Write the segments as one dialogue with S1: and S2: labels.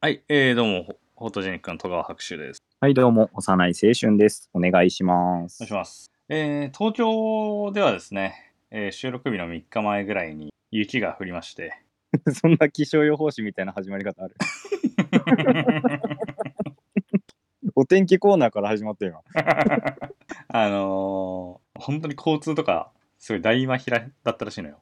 S1: はい、えー、どうも、フォフォトジェニックの戸川博修です。
S2: はい、どうも、幼い青春です。お願いし
S1: お
S2: ま
S1: 願
S2: す
S1: いし。ます。えー、東京ではですね、えー収録日の3日前ぐらいに雪が降りまして、
S2: そんな気象予報士みたいな始まり方ある。 お天気コーナーから始まったよ。
S1: あのー、本当に交通とか、すごい大麻平だったらしいのよ。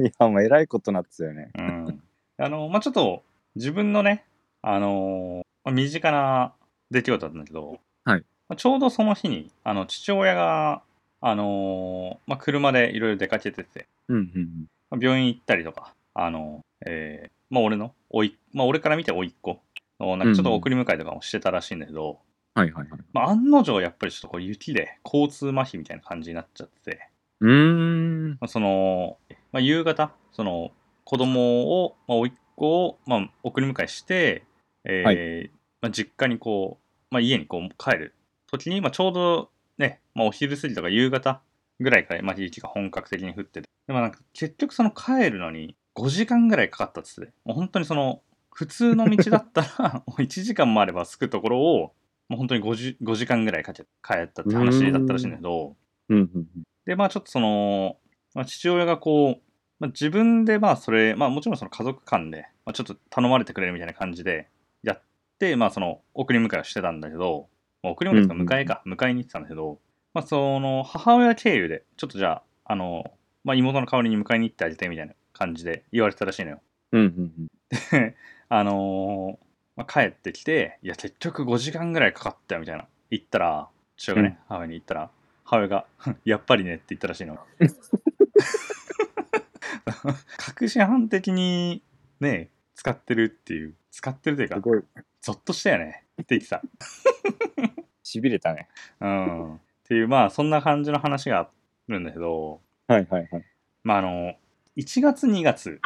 S2: いや、もうえらいことなってたよね。
S1: うん。あのー、まあ、ちょっと、自分のね、あのーまあ身近な出来事だったんだけど、
S2: はい
S1: まあちょうどその日に、あの、父親が、あのーまあ、車でいろいろ出かけてて、
S2: うんうん。
S1: まあ病院行ったりとか、あの、えーまあ俺の、おい、まあ俺から見て甥っ子の、なんかちょっと送り迎えとかもしてたらしいんだけど、
S2: はいはいはい。
S1: まあ案の定やっぱりちょっとこう雪で交通麻痺みたいな感じになっちゃってて、
S2: うーん。
S1: まあ、その、まあ夕方、その子供を、まあ甥っ子を、まあ送り迎えして、えーま
S2: は
S1: あ実家にこう、まあ家にこう帰る時に、まあちょうどね、まあお昼過ぎとか夕方ぐらいから、まあ雪が本格的に降ってて、でもなんか結局その帰るのに5時間ぐらいかかったっつって、もう本当にその普通の道だった らもう1時間もあれば着くところを、もう本当に 5, 5時間ぐらいかけて帰ったって話だったらしいんだけど、
S2: うんうん
S1: で、まあちょっとその、まあ、父親がこう、まあ、自分でまあそれ、まあもちろんその家族間で、まあ、ちょっと頼まれてくれるみたいな感じでやって、まあその送り迎えをしてたんだけど、まあ、送り迎えとか
S2: うんうん
S1: 迎えか、迎えに行ってたんだけど、まあその母親経由で、ちょっとじゃあ、あの、まあ妹の代わりに迎えに行ってあげてみたいな感じで言われてたらしいのよ。
S2: うん。うんうん
S1: あのーまあ、帰ってきて、いや、結局5時間ぐらいかかったよ、みたいな。言ったら、父親がね、母親に言ったら、母親が、 やっぱりねって言ったらしいの。確信犯的に、ね、使ってるっていう、使ってるという
S2: す
S1: か、
S2: ごい、
S1: ゾッとしたよねって言ってた。
S2: 痺れたね。
S1: うん。っていう、まあ、そんな感じの話があるんだけど、
S2: はいはいはい。
S1: まあ、あの、1月、2月、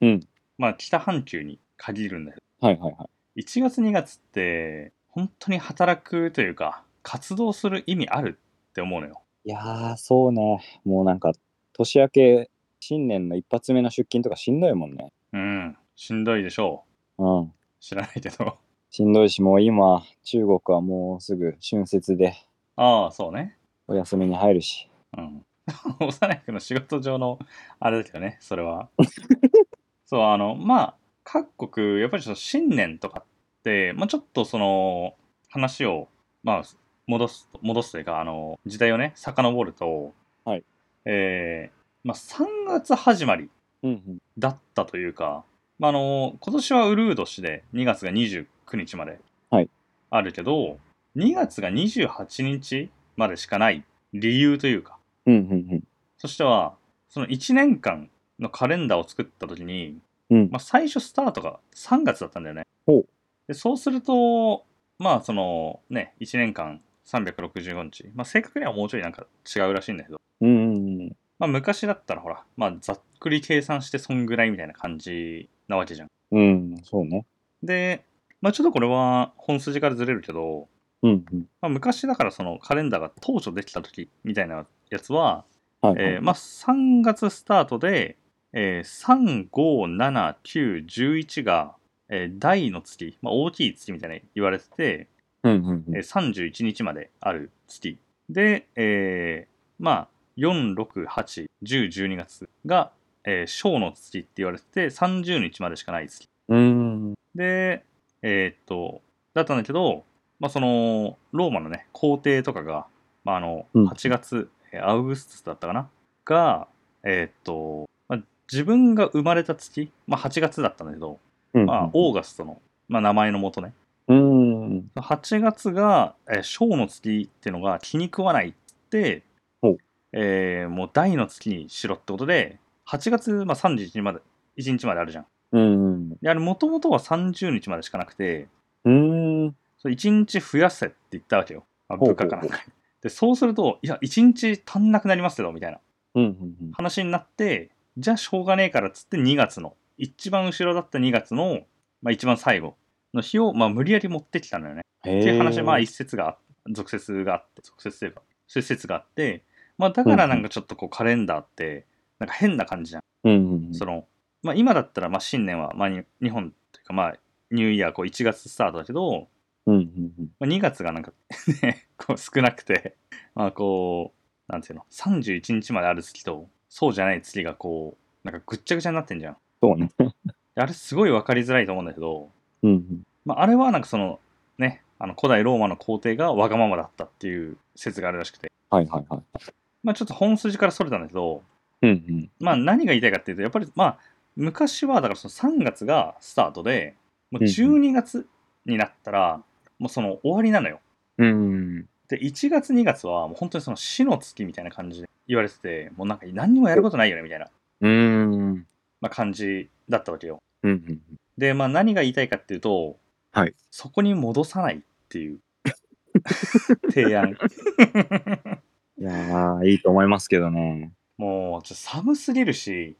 S2: うん
S1: まあ、北半球に限るんだけど
S2: はいはいは
S1: 1月2月って本当に働くというか活動する意味あるって思うのよ
S2: い。いやー、そうね。もうなんか、年明け、新年の一発目の出勤とかしんどいもんね。
S1: うんしんどいでしょ
S2: うん。
S1: う知らないけど
S2: しんどいし、もう今、中国はもうすぐ春節で
S1: ああそうね
S2: お休みに入るし。
S1: うん 幼い子の仕事上のあれだけどねそれ はそうあのまあ各国やっぱりちょっと新年とかって、まあ、ちょっとその話をまあ戻す戻すというかあの時代をね遡ると、
S2: はい
S1: えーまあ、3月始まり
S2: うんうん。
S1: だったというか、まあ、あの今年はウルー年で2月が29日まで
S2: はい
S1: あるけど、2月が28日までしかない理由というか
S2: うんうん
S1: そしてはその1年間のカレンダーを作った時に、
S2: うん。うん。
S1: まあ、最初スタートが3月だったんだよね。
S2: ほう
S1: でそうするとまあそのね1年間365日、まあ、正確にはもうちょいなんか違うらしいんだけど、
S2: うんうんうん。
S1: まあ、昔だったらほら、まあ、ざっくり計算してそんぐらいみたいな感じなわけじゃん。
S2: うん、そうね。
S1: で、まあ、ちょっとこれは本筋からずれるけど、
S2: うん、うん。
S1: まあ、昔だからそのカレンダーが当初できた時みたいなやつは、
S2: はい、はい。
S1: えーまあ、3月スタートで、えー、35791が、えー大の月、まあ、大きい月みたいに言われてて、
S2: うん、うんうん。
S1: えー31日まである月で、えーまあ46810112月が、えー小の月って言われてて30日までしかない月
S2: うーん。
S1: で、えーっと、だったんだけど、まあ、その、ローマのね、皇帝とかが、まあ、あの、
S2: うん
S1: 8月、えーアウグストゥスだったかなが、えーっと、まあ、自分が生まれた月、まあ、8月だったんだけど、
S2: うんうん
S1: まあ、オーガストの、まあ、名前のもとね、
S2: うーん。
S1: 8月が、えー小の月っていうのが気に食わないって
S2: ほう、
S1: えーもう大の月にしろってことで、8月、まあ、31日まで、1日まであるじゃん。
S2: うん。
S1: で、あれ、もともとは30日までしかなくて、
S2: うん。う
S1: それ1日増やせって言ったわけよ。あ
S2: ほう
S1: 部
S2: ほうほ
S1: 下
S2: う
S1: かなんかに。で、そうすると、いや、1日足んなくなりますけど、みたいな
S2: ーん。うん。
S1: 話になって、じゃあしょうがねえからっつって2月の、一番後ろだった2月の、まあ一番最後の日を、まあ無理やり持ってきたんだよね。
S2: へ
S1: っていう話
S2: ー
S1: で、まあ一説が、俗説があって、俗説というか、そういう説があって、まあだからなんかちょっとこうカレンダーって、なんか変な感じじゃん。
S2: うん。うん。
S1: その、まあ今だったら、まあ新年は、まあに日本というか、まあニューイヤーこう1月スタートだけど、
S2: うんうんうん。
S1: まあ、2月がなんか ね、こう少なくて、まあこう、なんていうの、31日まである月と、そうじゃない月がこう、なんかぐっちゃぐちゃになってんじゃん。
S2: そうね。
S1: あれすごい分かりづらいと思うんだけど、
S2: うんうん。
S1: まあ、あれはなんかそのねあの古代ローマの皇帝がわがままだったっていう説があるらしくて、
S2: はいはいはい。
S1: まあ、ちょっと本筋からそれたんだけど、
S2: うんうん。
S1: まあ、何が言いたいかっていうとやっぱりまあ昔はだからその3月がスタートでもう12月になったらもうその終わりなのよ。
S2: うん。
S1: で1月2月はもう本当にその死の月みたいな感じで言われててもうなんか何にもやることないよねみたいな、
S2: うん。
S1: まあ、感じだったわけよ。
S2: うんうん。
S1: で、まあ、何が言いたいかっていうと、
S2: はい
S1: そこに戻さないって いう提案。
S2: いやー、いいと思いますけどね。
S1: もう、ちょっと寒すぎる し、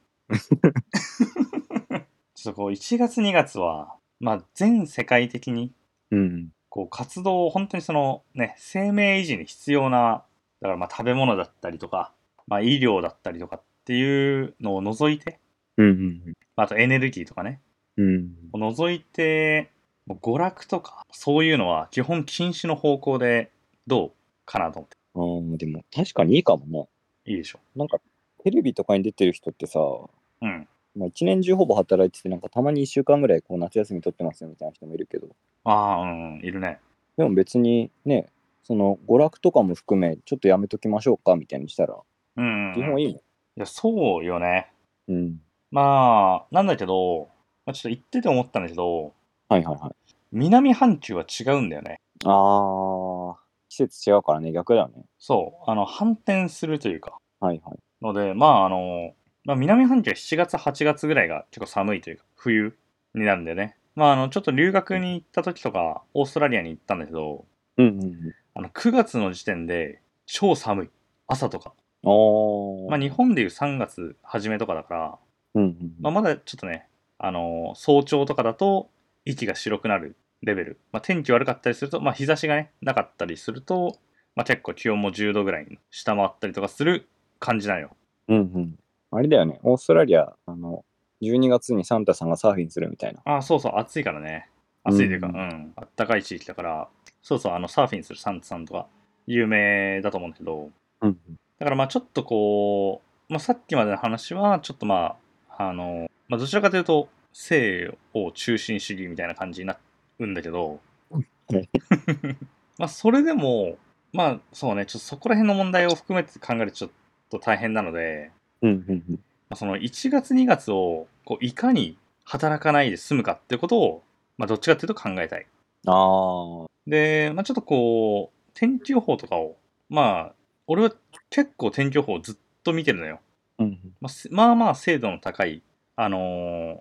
S1: ちょっとこう、1月2月は、まあ、全世界的に、
S2: うん。
S1: こう、活動を本当にその、ね、生命維持に必要な、だからまあ、食べ物だったりとか、まあ、医療だったりとかっていうのを除いて、
S2: うん
S1: まあ、あとエネルギーとかね、
S2: うん。うん。
S1: 除いてもう娯楽とかそういうのは基本禁止の方向でどうかなと思って
S2: あーでも確かにいいかもね。
S1: いいでしょ
S2: なんか、テレビとかに出てる人ってさ、
S1: うん
S2: まあ、一年中ほぼ働いてて、なんかたまに1週間ぐらいこう夏休み取ってますよみたいな人もいるけど、
S1: ああうんいるね
S2: でも別にね、その娯楽とかも含め、ちょっとやめときましょうかみたいにしたら、
S1: うん、
S2: 基本い
S1: い
S2: いも
S1: やそうよね
S2: ん。うん。
S1: まあなんだけど、まあ、ちょっと言ってて思ったんだけど
S2: はいはいはい。
S1: 南半球は違うんだよね
S2: あー、季節違うからね、逆だよね。
S1: そうあの反転するというか
S2: はいはい。
S1: のでまああの、まあ、南半球は7月8月ぐらいが結構寒いというか冬になるんでねまああのちょっと留学に行った時とかオーストラリアに行ったんだけど
S2: うんうんうん。
S1: あの9月の時点で超寒い朝とか、
S2: おー。
S1: まあ、日本でいう3月初めとかだから、
S2: うんうん
S1: まあ、まだちょっとね、あのー早朝とかだと息が白くなるレベル、まあ、天気悪かったりすると、まあ、日差しがねなかったりすると、まあ、結構気温も10度ぐらいに下回ったりとかする感じなのよ
S2: うんうん。あれだよね、オーストラリア、あの、12月にサンタさんがサーフィンするみたいな。
S1: ああそうそう暑いからね暑いというかう
S2: うん
S1: ん、あったかい地域だからそうそうあのサーフィンするサンタさんとか有名だと思うんだけど、
S2: うん。
S1: だからまあちょっとこう、まあ、さっきまでの話はちょっとまああの、まあ、どちらかというと性を中心主義みたいな感じになるんだけど
S2: はい、
S1: まあそれでもまあそうねちょっとそこら辺の問題を含めて考えるとちょっと大変なので、
S2: うんうんうん。
S1: まあ、その1月2月をこういかに働かないで済むかってことを、まあ、どっちかっていうと考えたい。
S2: あー。
S1: で、まあ、ちょっとこう天気予報とかをまあ俺は結構天気予報をずっと見てるのよ。
S2: うん
S1: まあすまあまあ精度の高い、あの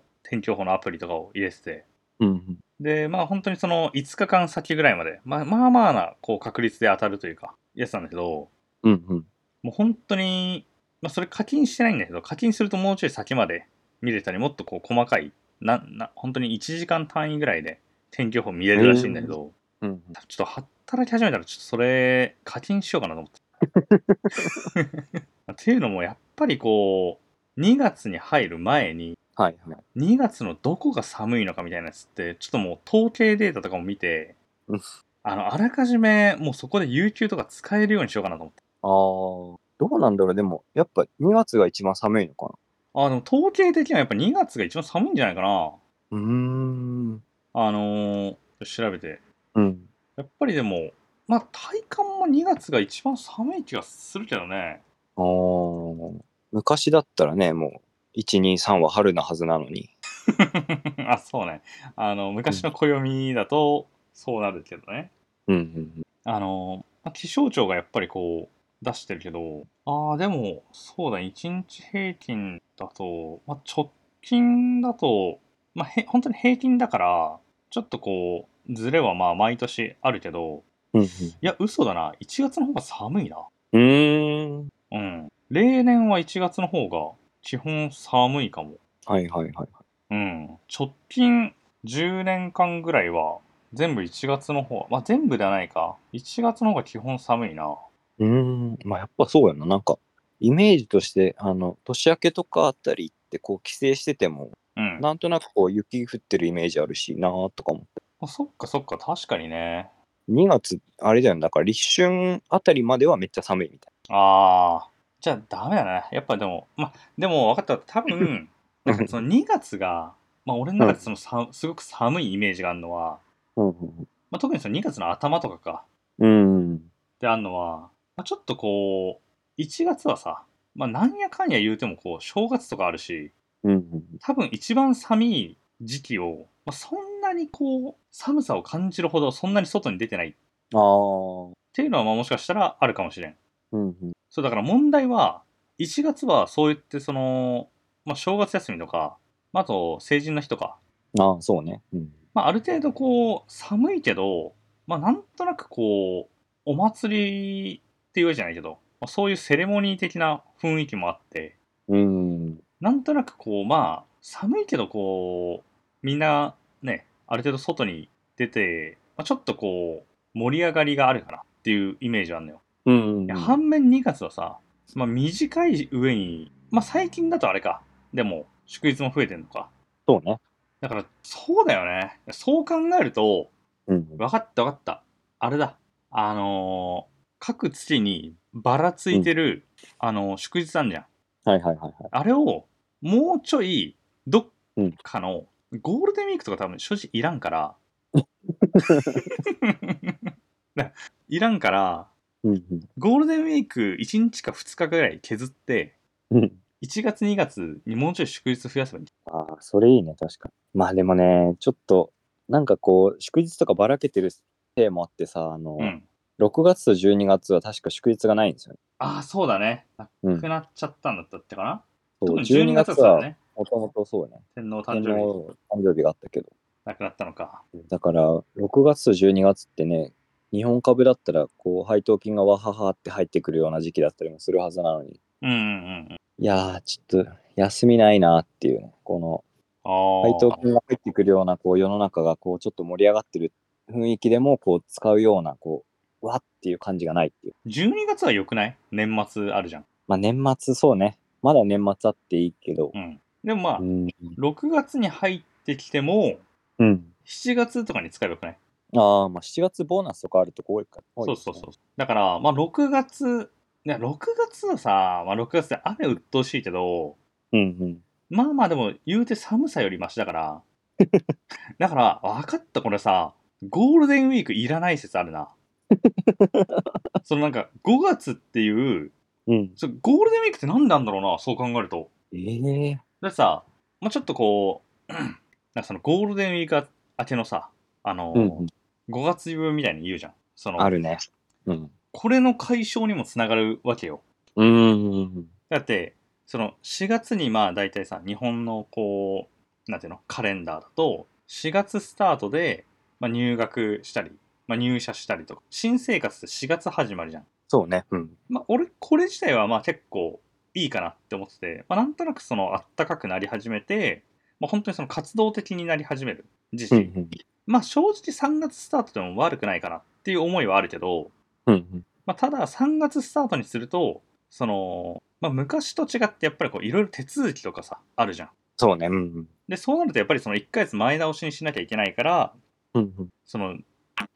S1: ー天気予報のアプリとかを入れてて、
S2: うん。うん
S1: で、まあ本当にその5日間先ぐらいまで、まあまあまあなこう確率で当たるというか、やつなんだけど、
S2: うんうん。
S1: もう本当に、まあそれ課金してないんだけど、課金するともうちょい先まで見れたり、もっとこう細かい、な、な、本当に1時間単位ぐらいで天気予報見れるらしいんだけど、
S2: うんうん。
S1: ちょっと働き始めたら、ちょっとそれ、課金しようかなと思って。 っていうのも、やっぱりこう、2月に入る前に、
S2: はいはい。
S1: 2月のどこが寒いのかみたいなやつって、ちょっともう統計データとかも見て
S2: うん、
S1: あの、あらかじめ、もうそこで有給とか使えるようにしようかなと思って。
S2: あー。どうなんだろうでも、やっぱ2月が一番寒いのか
S1: あ、でも統計的にはやっぱ2月が一番寒いんじゃないかな。
S2: なうーん。
S1: あのー調べて。
S2: うん。
S1: やっぱりでも、まあ体感も2月が一番寒い気がするけどね。
S2: あー。昔だったらね、もう、1、2、3は春なはずなのに。
S1: あ、そうね。あの、昔の暦だと、そうなるけどね。
S2: うんうん
S1: あの、まあ気象庁がやっぱりこう出してるけど、ああ、でも、そうだ、1日平均だと、まあ、直近だと、まあ、へ本当に平均だから、ちょっとこう、ずれはまあ毎年あるけど、
S2: うん。うんうん。
S1: いや、嘘だな、1月の方が寒いな。
S2: うーん。
S1: うん。例年は1月の方が、基本寒いかも。
S2: はいはいはい。
S1: うん。直近10年間ぐらいは、全部1月の方、まあ全部ではないか。1月の方が基本寒いな。
S2: うーん、まあやっぱそうやな。なんか、イメージとして、あの、年明けとかあたりってこう帰省してても、
S1: うん。
S2: なんとなくこう雪降ってるイメージあるしなーとかも
S1: あそっかそっか、確かにね。
S2: 2月あれだよねだから立春あたりまではめっちゃ寒いみたい
S1: ああ。じゃあダメだね。やっぱでも、まあ、でも分かった。多分、
S2: うん
S1: なんかその2月が、まあ俺の中でそのさ、すごく寒いイメージがあるのは、
S2: なうん
S1: まあ、特にその2月の頭とかか、
S2: うんうん
S1: であるのは、まあ、ちょっとこう、1月はさ、まあなんやかんや言うてもこう、正月とかあるし、
S2: うん
S1: 多分一番寒い時期を、まあ、そんなにこう、寒さを感じるほどそんなに外に出てないっ
S2: ああ
S1: ていうのは、まあもしかしたらあるかもしれん。
S2: うんうん
S1: そうだから問題は1月はそう言ってその、まあ、正月休みとか、まあ、あと成人の日とか、
S2: ああそうねうん
S1: まあ、ある程度こう寒いけど、まあ、なんとなくこうお祭りっていうわけじゃないけど、まあ、そういうセレモニー的な雰囲気もあって
S2: うん
S1: なんとなくこうまあ寒いけどこうみんなねある程度外に出て、まあ、ちょっとこう盛り上がりがあるかなっていうイメージはあるのよ。
S2: うん
S1: いや反面2月はさ、まあ、短い上に、まあ、最近だとあれかでも祝日も増えてんのか
S2: そうね
S1: だからそうだよねそう考えると
S2: うん
S1: 分かった分かったあれだあのー各月にばらついてる、あのー祝日あんじゃん
S2: はいはいはいはい
S1: あれをもうちょいどっ
S2: うん
S1: かのゴールデンウィークとか多分正直いらんからいらんから
S2: うんうん
S1: ゴールデンウィーク1日か2日ぐらい削って
S2: うん
S1: 1月2月にもうちょい祝日増やせばいい。
S2: ああ、それいいね、確かに。まあでもね、ちょっと、なんかこう、祝日とかばらけてるせいもあってさ、あの、
S1: うん。
S2: 6月と12月は確か祝日がないんですよね。
S1: ああ、そうだね。な
S2: うん
S1: くなっちゃったんだったってかな。
S2: そう
S1: 特に
S2: 12月
S1: だった
S2: は
S1: ね。
S2: もともとそうね、
S1: 天皇誕
S2: 天
S1: 生日
S2: 皇誕生日があったけど、
S1: なくなったのか。
S2: だから6月と12月ってね、日本株だったら、こう、配当金がわははって入ってくるような時期だったりもするはずなのに、
S1: うんうんうんうん。
S2: いやー、ちょっと休みないなっていうね、この、
S1: ああ。
S2: 配当金が入ってくるようなこう世の中がこうちょっと盛り上がってる雰囲気でもこう使うようなこうわっていう感じがないっていう
S1: 12月は良くない年末あるじゃん。
S2: まあ年末そうねまだ年末あっていいけど
S1: うん。でもまあ、
S2: うん、
S1: 6月に入ってきても、
S2: うん、
S1: 7月とかに使えばよくない
S2: ああまあ7月ボーナスとかあるとこ多いから
S1: そうそうそう。だから、まあ6月、ね、6月はさ、まあ6月で雨鬱陶しいけど、
S2: ううんうん
S1: まあまあでも言うて寒さよりマシだ から。だから、分かったこれさ、ゴールデンウィークいらない説ある な。そのなんか5月っていう、
S2: うん
S1: そうゴールデンウィークって何なんだろうな、そう考えると。
S2: ええ
S1: だってさ、まあ、ちょっとこう、 なんかそのゴールデンウィーク明けのさ、あの、
S2: うんうん
S1: 5月分みたいに言うじゃん。その
S2: あるねうん
S1: これの解消にもつながるわけよ。
S2: うんうん
S1: だってその4月にまあ大体さ日本のこうなんていうのカレンダーだと4月スタートで、まあ、入学したり、まあ、入社したりとか新生活って4月始まりじゃん。
S2: そうねうん
S1: まあ、俺これ自体はまあ結構いいかなって思ってて、まあ、なんとなくそのあったかくなり始めて、まあ、本当にその活動的になり始める自
S2: う
S1: 身、
S2: ん
S1: まあ正直3月スタートでも悪くないかなっていう思いはあるけど、
S2: うんうん
S1: まあ、ただ3月スタートにするとその、まあ、昔と違ってやっぱりこういろいろ手続きとかさあるじゃん。
S2: そうねうん
S1: でそうなるとやっぱりその1ヶ月前倒しにしなきゃいけないから
S2: うんうん
S1: その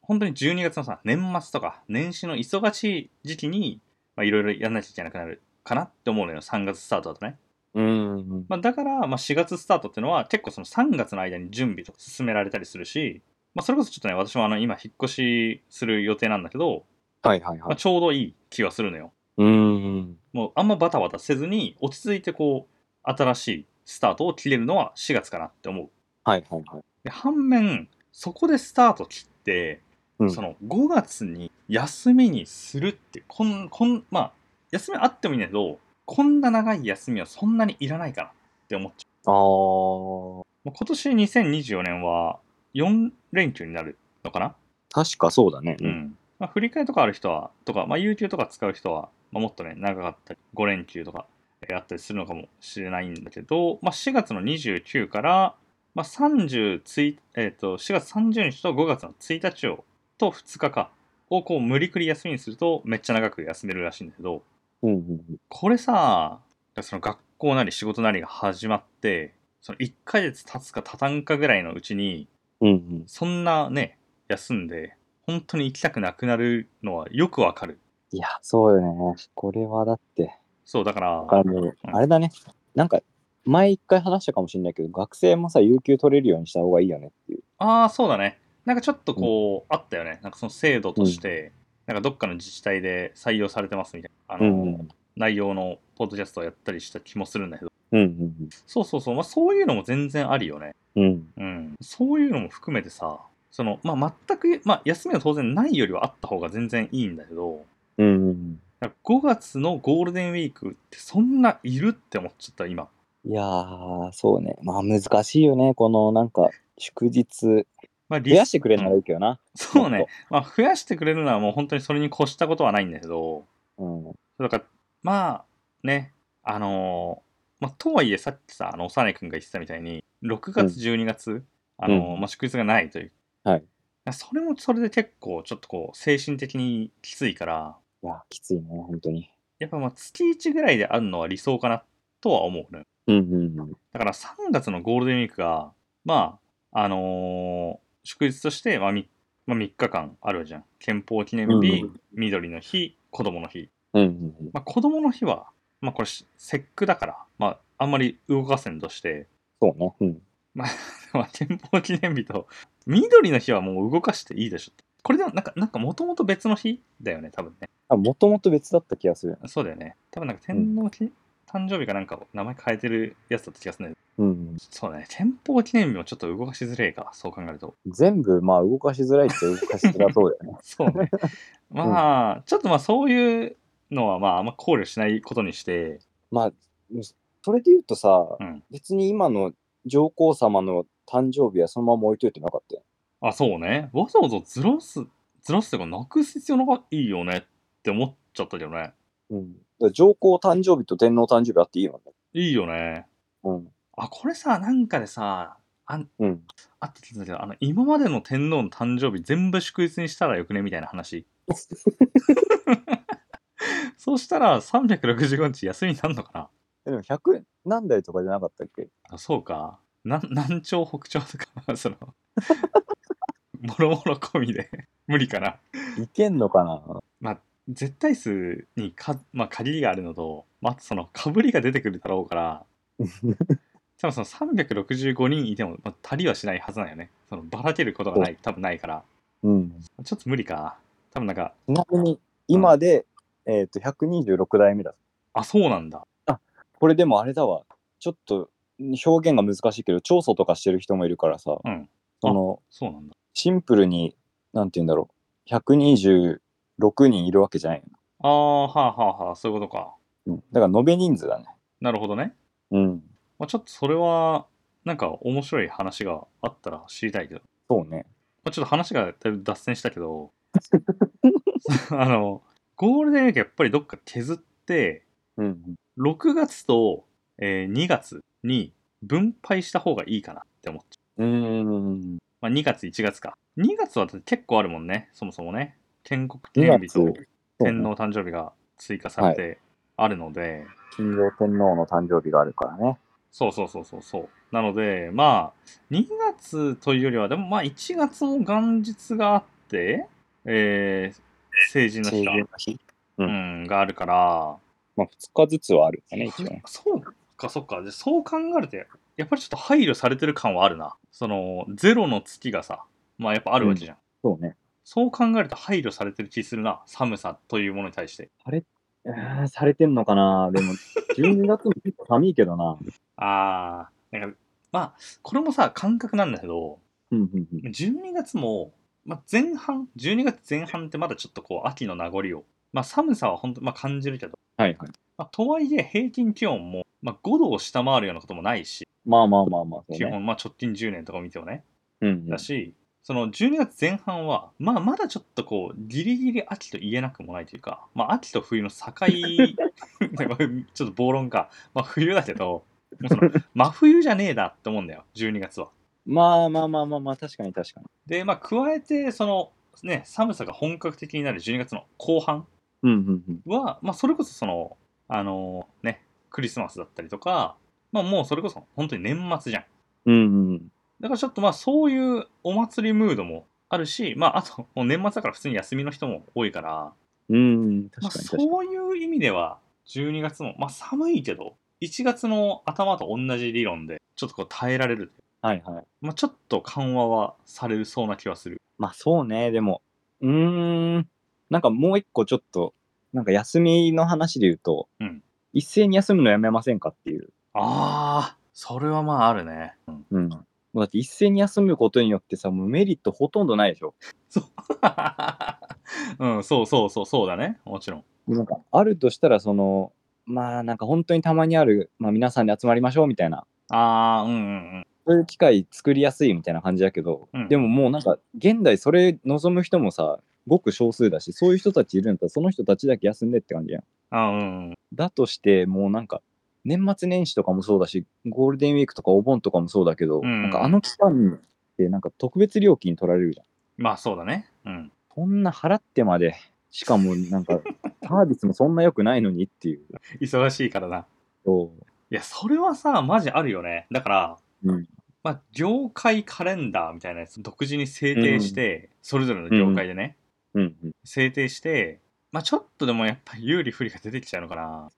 S1: 本当に12月のさ年末とか年始の忙しい時期にまあいろいろやらなきゃいけなくなるかなって思うのよ3月スタートだとね。
S2: うんうん
S1: まあ、だから、まあ、4月スタートっていうのは結構その3月の間に準備とか進められたりするし、まあ、それこそちょっとね私もあの今引っ越しする予定なんだけど、
S2: はいはい
S1: ま
S2: は
S1: あ、
S2: い
S1: ちょうどいい気はするのよ。
S2: うん
S1: もうあんまバタバタせずに落ち着いてこう新しいスタートを切れるのは4月かなって思う
S2: はいはいはい
S1: で反面そこでスタート切って、
S2: うん
S1: その5月に休みにするってこんこんまあ休みあってもいいんだけどこんな長い休みはそんなにいらないかなって思っちゃ
S2: あ
S1: う
S2: ー
S1: もう今年2024年は4連休になるのかな
S2: 確かそうだね
S1: うんまあ、振り替えとかある人はとか、まあ、有給とか使う人は、まあ、もっとね長かったり5連休とかえーあったりするのかもしれないんだけど、まあ、4月の29から、まあ、30つい、えー、と4月30日と5月の1日をと2日かをこう無理くり休みにするとめっちゃ長く休めるらしいんだけど
S2: うんうんうん
S1: これさその学校なり仕事なりが始まってその1ヶ月経つか経たんかぐらいのうちに、
S2: うんうん。
S1: そんなね、休んで、本当に行きたくなくなるのはよくわかる。
S2: いや、そうよね。これはだって、
S1: そう、だから、
S2: あの、あれだね。なんか、前一回話したかもしれないけど、学生もさ、有給取れるようにした方がいいよねっていう。
S1: ああ、そうだね。なんかちょっとこう、あったよね。なんかその制度として、なんかどっかの自治体で採用されてますみたいな、あの、
S2: うん
S1: 内容のポッドキャストをやったりした気もするんだけど、
S2: うんうん
S1: そうそうそう、まあそういうのも全然ありよね。
S2: うん。うん。
S1: うん。そういうのも含めてさ、その、まあ全く、まあ休みは当然ないよりはあった方が全然いいんだけど、
S2: うんうん
S1: なんか5月のゴールデンウィークってそんないるって思っちゃった、今。
S2: うん。いやー、そうね。まあ難しいよね。この、なんか、祝日。
S1: まあ、
S2: 増やしてくれるならいいけどな。
S1: そう
S2: も
S1: ね
S2: っ。
S1: まあ増やしてくれるのはもう本当にそれに越したことはないんだけど、
S2: と。うん。
S1: だから、まあ、ね、あのーまあ、とはいえさっきさ、あの、幼い君が言ってたみたいに、6
S2: うん
S1: 月、12月、あのーまあ、祝日がないという。
S2: はい。
S1: それもそれで結構、ちょっとこう、精神的にきついから、
S2: いや、きついね、本当に。
S1: やっぱまあ、月1ぐらいであるのは理想かな、とは思うね。
S2: うんうんうん。
S1: だから、3月のゴールデンウィークが、まあ、あのー祝日として、まあ、みまあ、3日間あるじゃん。憲法記念日、
S2: う
S1: 緑の日、子供の日。
S2: うんうん
S1: まあ、子供の日は、まあ、これし節句だから、まあ、あんまり動かせんとして、
S2: そうね。うん。
S1: まあ、天保記念日と緑の日はもう動かしていいでしょこれでもなんかなんかもともと別の日だよね多分ね
S2: あ、もともと別だった気がする。
S1: そうだよね多分なんか天皇き、誕生日かなんか名前変えてるやつだった気がするね
S2: うん。
S1: そうだね天保記念日もちょっと動かしづれえかそう考えると
S2: 全部、まあ、動かしづらいって動かしづらそうだよね。
S1: そうねまあ、ちょっとまあそういうのはまああんま考慮しないことにして
S2: まあ、 それで言うとさ、
S1: うん
S2: 別に今の上皇様の誕生日はそのまま置いといてなかったよ。
S1: あ、そうね。わざわざずらす、ずらすというか、なくす必要がいいよねって思っちゃったけどね。
S2: うん。だから上皇誕生日と天皇誕生日あっていいよね。
S1: いいよね。
S2: うん。
S1: あ、これさ、なんかでさ、あん
S2: うん。
S1: あって聞いたけど、あの、今までの天皇の誕生日全部祝日にしたらよくねみたいな話。そうしたら365日休みになるのかな
S2: えでも、100何代とかじゃなかったっけ
S1: あそうか。なん 南朝北朝とか、その、もろもろ込みで、無理かな。
S2: いけんのかな
S1: 絶対数にか、まあ、限りがあるのと、まあ、あとそのかぶりが出てくるだろうから多分その365人いても、まあ、足りはしないはずなんよねそのばらけることがない多分ないから
S2: うん。
S1: ちょっと無理か多分なんか
S2: ちなみに、今で、えっ、と、126代目だ。
S1: あそうなんだ
S2: これでもあれだわちょっと表現が難しいけど調査とかしてる人もいるからさ、
S1: うん
S2: その
S1: そうなんだ
S2: シンプルになんて言うんだろう126人いるわけじゃない
S1: ああはあはあはあそういうことか
S2: の、だから延べ人数だね
S1: なるほどね、
S2: うん
S1: まあ、ちょっとそれはなんか面白い話があったら知りたいけど、
S2: そうね
S1: まあ、ちょっと話がだいぶ脱線したけ ど あのゴールデンウィークやっぱりどっか削って
S2: うん
S1: 6月と、えー2月に分配した方がいいかなって思っちゃ
S2: うーん
S1: う。まあ、2月、1月か。2月はだって結構あるもんね、そもそもね。建国記念日と
S2: 2月そう
S1: 天
S2: ね
S1: 皇誕生日が追加されてあるので、
S2: 金曜天皇の誕生日があるからね
S1: そうそうそうそうそう。なので、まあ、2月というよりは、でもまあ、1月も元日があって、えー成人の日
S2: 成
S1: か、
S2: 人の日、
S1: うん、があるから、
S2: まあ、2日ずつはあるよね一応ね
S1: そうか、そうか。で、そう考えると、やっぱりちょっと配慮されてる感はあるな。その、ゼロの月がさ、まあやっぱあるわけじゃん。
S2: そうね
S1: そう考えると配慮されてる気するな。寒さというものに対して。
S2: えーされてんのかなでも12月も結構寒いけどな
S1: あー、なんか、まあ、これもさ、感覚なんだけど、
S2: うんうんうん
S1: 12月も、まあ前半、12月前半ってまだちょっとこう、秋の名残を、まあ寒さは本当まあ感じるけど、
S2: はいはい
S1: まあとはいえ平均気温も、まあ5度を下回るようなこともないし、
S2: まあまあまあまあそう
S1: 基
S2: ね、
S1: 本、まあ直近10年とか見てもね。
S2: うんうん、
S1: だし、その12月前半は、まあ、まだちょっとこうギリギリ秋と言えなくもないというか、まあ、秋と冬の 境 ちょっと暴論か、まあ、冬だけどもうその真冬じゃねえなって思うんだよ12月は。
S2: まあまあまあまあまあ、確かに確かに。
S1: で、まあ、加えてその、ね、寒さが本格的になる12月の後半
S2: うんうんうん。
S1: は、まあ、それこそその、あのね、クリスマスだったりとか、まあもうそれこそ本当に年末じゃん。
S2: うんうん。
S1: だからちょっとまあそういうお祭りムードもあるし、まああともう年末だから普通に休みの人も多いから、
S2: うん、
S1: まあ、
S2: 確かに確かに。
S1: そういう意味では12月も、まあ、寒いけど1月の頭と同じ理論でちょっとこう耐えられる、
S2: はいはい。
S1: まあ、ちょっと緩和はされるそうな気はする
S2: まあそうね、でも、うーん、なんかもう一個ちょっと、なんか休みの話で言うと、
S1: うん
S2: 一斉に休むのやめませんかっていう。
S1: ああそれはまああるね、うん、
S2: うん。もうだって一斉に休むことによってさ、もうメリットほとんどないでしょ。
S1: うんそうそうそうそうだねもちろん
S2: なんかあるとしたら、その、まあなんか本当にたまにある、まあ皆さんで集まりましょうみたいな、
S1: ああうんうん
S2: そういう機会作りやすいみたいな感じだけど、
S1: うん
S2: でももうなんか現代それ望む人もさ、ごく少数だし、そういう人たちいるんだったら、その人たちだけ休んでって感じやん。
S1: うんあーうんうん
S2: だとしてもうなんか年末年始とかもそうだしゴールデンウィークとかお盆とかもそうだけど、
S1: うん
S2: なんかあの期間ってなんか特別料金取られるじゃん
S1: まあそうだねうん
S2: そんな払ってまでしかもなん かサービスもそんな良くないのにっていう
S1: 忙しいからな
S2: そ
S1: いやそれはさマジあるよねだから
S2: う、うん、
S1: まあ、業界カレンダーみたいなやつ独自に制定して、それぞれの業界でね、
S2: うんうん
S1: 制定して、まあ、ちょっとでもやっぱり有利不利が出てきちゃうのか な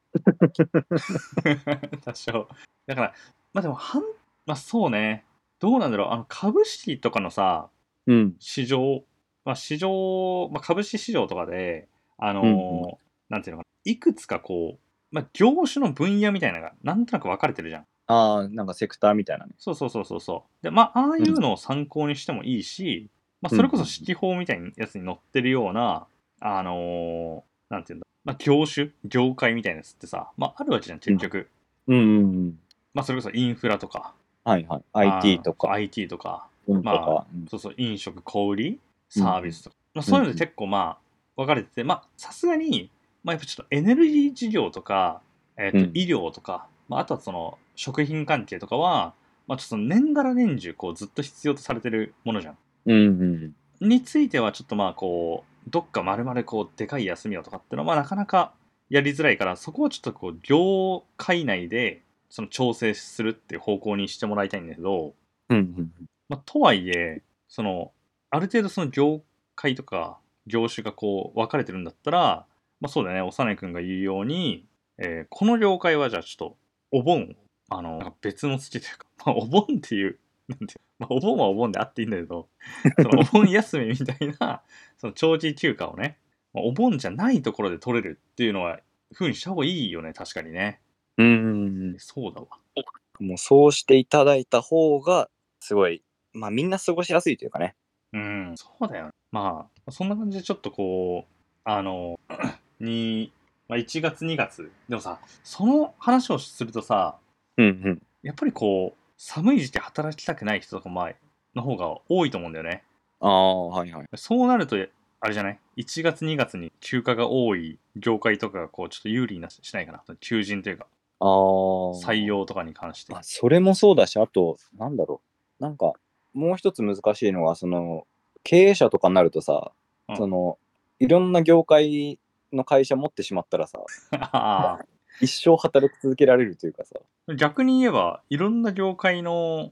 S1: 多少だからまあでも半まあそうねどうなんだろうあの株式とかのさ
S2: うん
S1: 市場、まあ、市場、まあ、株式市場とかであのー
S2: うん
S1: なんていうのかないくつかこうまあ、業種の分野みたいなのがなんとなく分かれてるじゃん。
S2: ああなんかセクターみたいなね
S1: そうそうそうそうそう。で、まあ、ああいうのを参考にしてもいいし、まあ、それこそ指揮法みたいなやつに載ってるような、あのーなんていうんだ、まあ、業種、業界みたいなやつってさ、まあ、あるわけじゃん、結局。
S2: うんうんうん
S1: まあ、それこそインフラとか、
S2: はいはい
S1: あー
S2: IT と
S1: そう
S2: か
S1: IT とか、
S2: 運と
S1: まあ
S2: か、うん
S1: そうそう、飲食、小売り、サービスとか、まあ、そういうので結構、まあ、分かれてて、まあ、さすがに、まあ、やっぱちょっとエネルギー事業とか、えっ、と、
S2: うん
S1: 医療とか、まあ、あとはその、食品関係とかは、まあ、ちょっと年がら年中、こう、ずっと必要とされてるものじゃん。
S2: うんうん
S1: については、ちょっとまあ、こう、どっか丸々こう、でかい休みをとかっていうのは、まあ、なかなかやりづらいから、そこはちょっとこう、業界内で、その、調整するっていう方向にしてもらいたいんだけど、
S2: うんうん
S1: まあ、とはいえそのある程度その業界とか業種がこう分かれてるんだったら、まあ、そうだね幼い君が言うように、えーこの業界はじゃあちょっとお盆あのなんか別の月というか、まあ、お盆っていうなんていう、まあ、お盆はお盆であっていいんだけどそのお盆休みみたいなその長期休暇をね、まあ、お盆じゃないところで取れるっていうのは風にした方がいいよね確かにね
S2: うんうんうん
S1: そうだわ
S2: もうそうしていただいた方がすごいまあみんな過ごしやすいというかね
S1: うん、そうだよ、ね。まあ、そんな感じでちょっとこう、あの、 に、まあ、1月、2月。でもさ、その話をするとさ、
S2: うんうん
S1: やっぱりこう、寒い時期働きたくない人とか前の方が多いと思うんだよね。
S2: ああはいはい
S1: そうなると、あれじゃない ?1 月、2月に休暇が多い業界とかがこう、ちょっと有利になしないかな。求人というか、
S2: あー
S1: 採用とかに関して。
S2: まあ、それもそうだし、あと、なんだろう。なんか、もう一つ難しいのは、その、経営者とかになるとさ、
S1: うん
S2: その、いろんな業界の会社持ってしまったらさ、
S1: あ
S2: 一生働き続けられるというかさ、
S1: ー 逆に言えば、いろんな業界の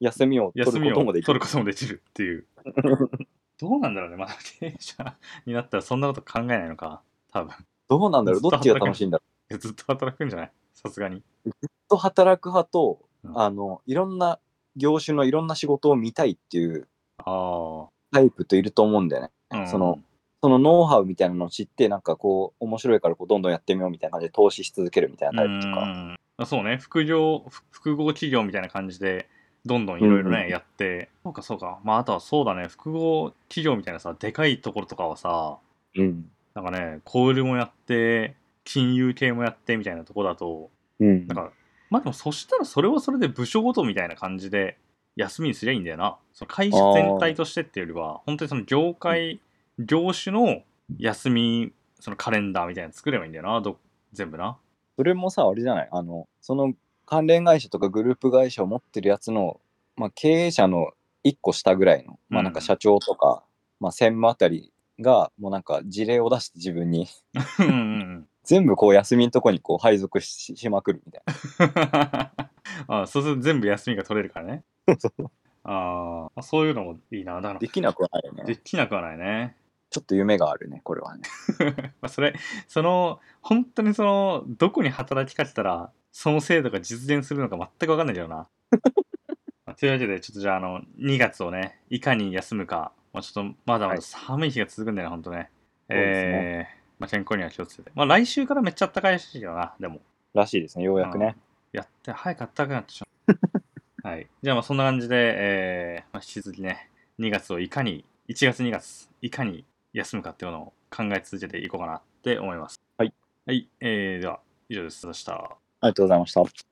S2: 休みを取
S1: 休
S2: る
S1: み
S2: こと
S1: を
S2: もでき
S1: 取る
S2: る。
S1: こともできるって いう。どうなんだろうね、まだ経営者になったらそんなこと考えないのか、多分。い
S2: どうなんだろう
S1: ずっ
S2: ど
S1: と
S2: っちが楽しいんだろう
S1: やずっと働くんじゃないさすがに。
S2: と働く派と
S1: う、ん
S2: あの、いろんな業種のいろんな仕事を見たいっていう
S1: あ
S2: タイプといると思うんだよね。
S1: あ、うん
S2: その、そのノウハウみたいなのを知って、なんかこう、面白いからこうどんどんやってみようみたいな感じで投資し続けるみたいなタイプとか。
S1: うんあそうね、副業、ふ複合企業みたいな感じで、どんどんいろいろ
S2: うんう
S1: ね、
S2: ん
S1: やって、そうかそうか、まああとはそうだね、複合企業みたいなさ、でかいところとかはさ、
S2: うん。
S1: なんかね、小売りもやって、金融系もやってみたいなとこだと、
S2: うん
S1: なんか、まあでもそしたらそれはそれで部署ごとみたいな感じで休みにすりゃいいんだよな。その会社全体としてっていうよりは、本当にその業界、業種の休み、そのカレンダーみたいなの作ればいいんだよな、ど全部な。
S2: それもさあれじゃないあのその関連会社とかグループ会社を持ってるやつの、まあ、経営者の一個下ぐらいの、ま
S1: う
S2: あ、
S1: ん
S2: なんか社長とか、まあ、専務あたりがもうなんか事例を出して自分に
S1: うんうんうん。
S2: 全部こう休みのとこにこう配属ししまくるみたいな。
S1: あそうすると全部休みが取れるからね。ああ、そういうのもいいな。だから
S2: できなくはないよ
S1: で
S2: ね。
S1: きなくはないね。
S2: ちょっと夢があるね、これはね。
S1: まあ、それ、その、本当にその、どこに働きかけたら、その制度が実現するのか全く分かんないけどな。まあ というわけで、ちょっとじゃあ、あの、2月をね、いかに休むか、まあ、ちょっとまだまだ
S2: はい
S1: 寒い日が続くんだよね、ほんとね。
S2: そうです
S1: えーまあ、健康には気をつけて。まあ、来週からめっちゃ暖かいらしいけどな、でも。
S2: らしいですね、ようやくね。
S1: やって、早く暖かくなってしまう。 はい。じゃあ、まあ、そんな感じで、えーまあ、引き続きね、2月をいかに、1月2月、いかに休むかっていうのを考え続けていこうかなって思います。
S2: はい。
S1: はい。えー、では、以上です。でした。
S2: ありがとうございました。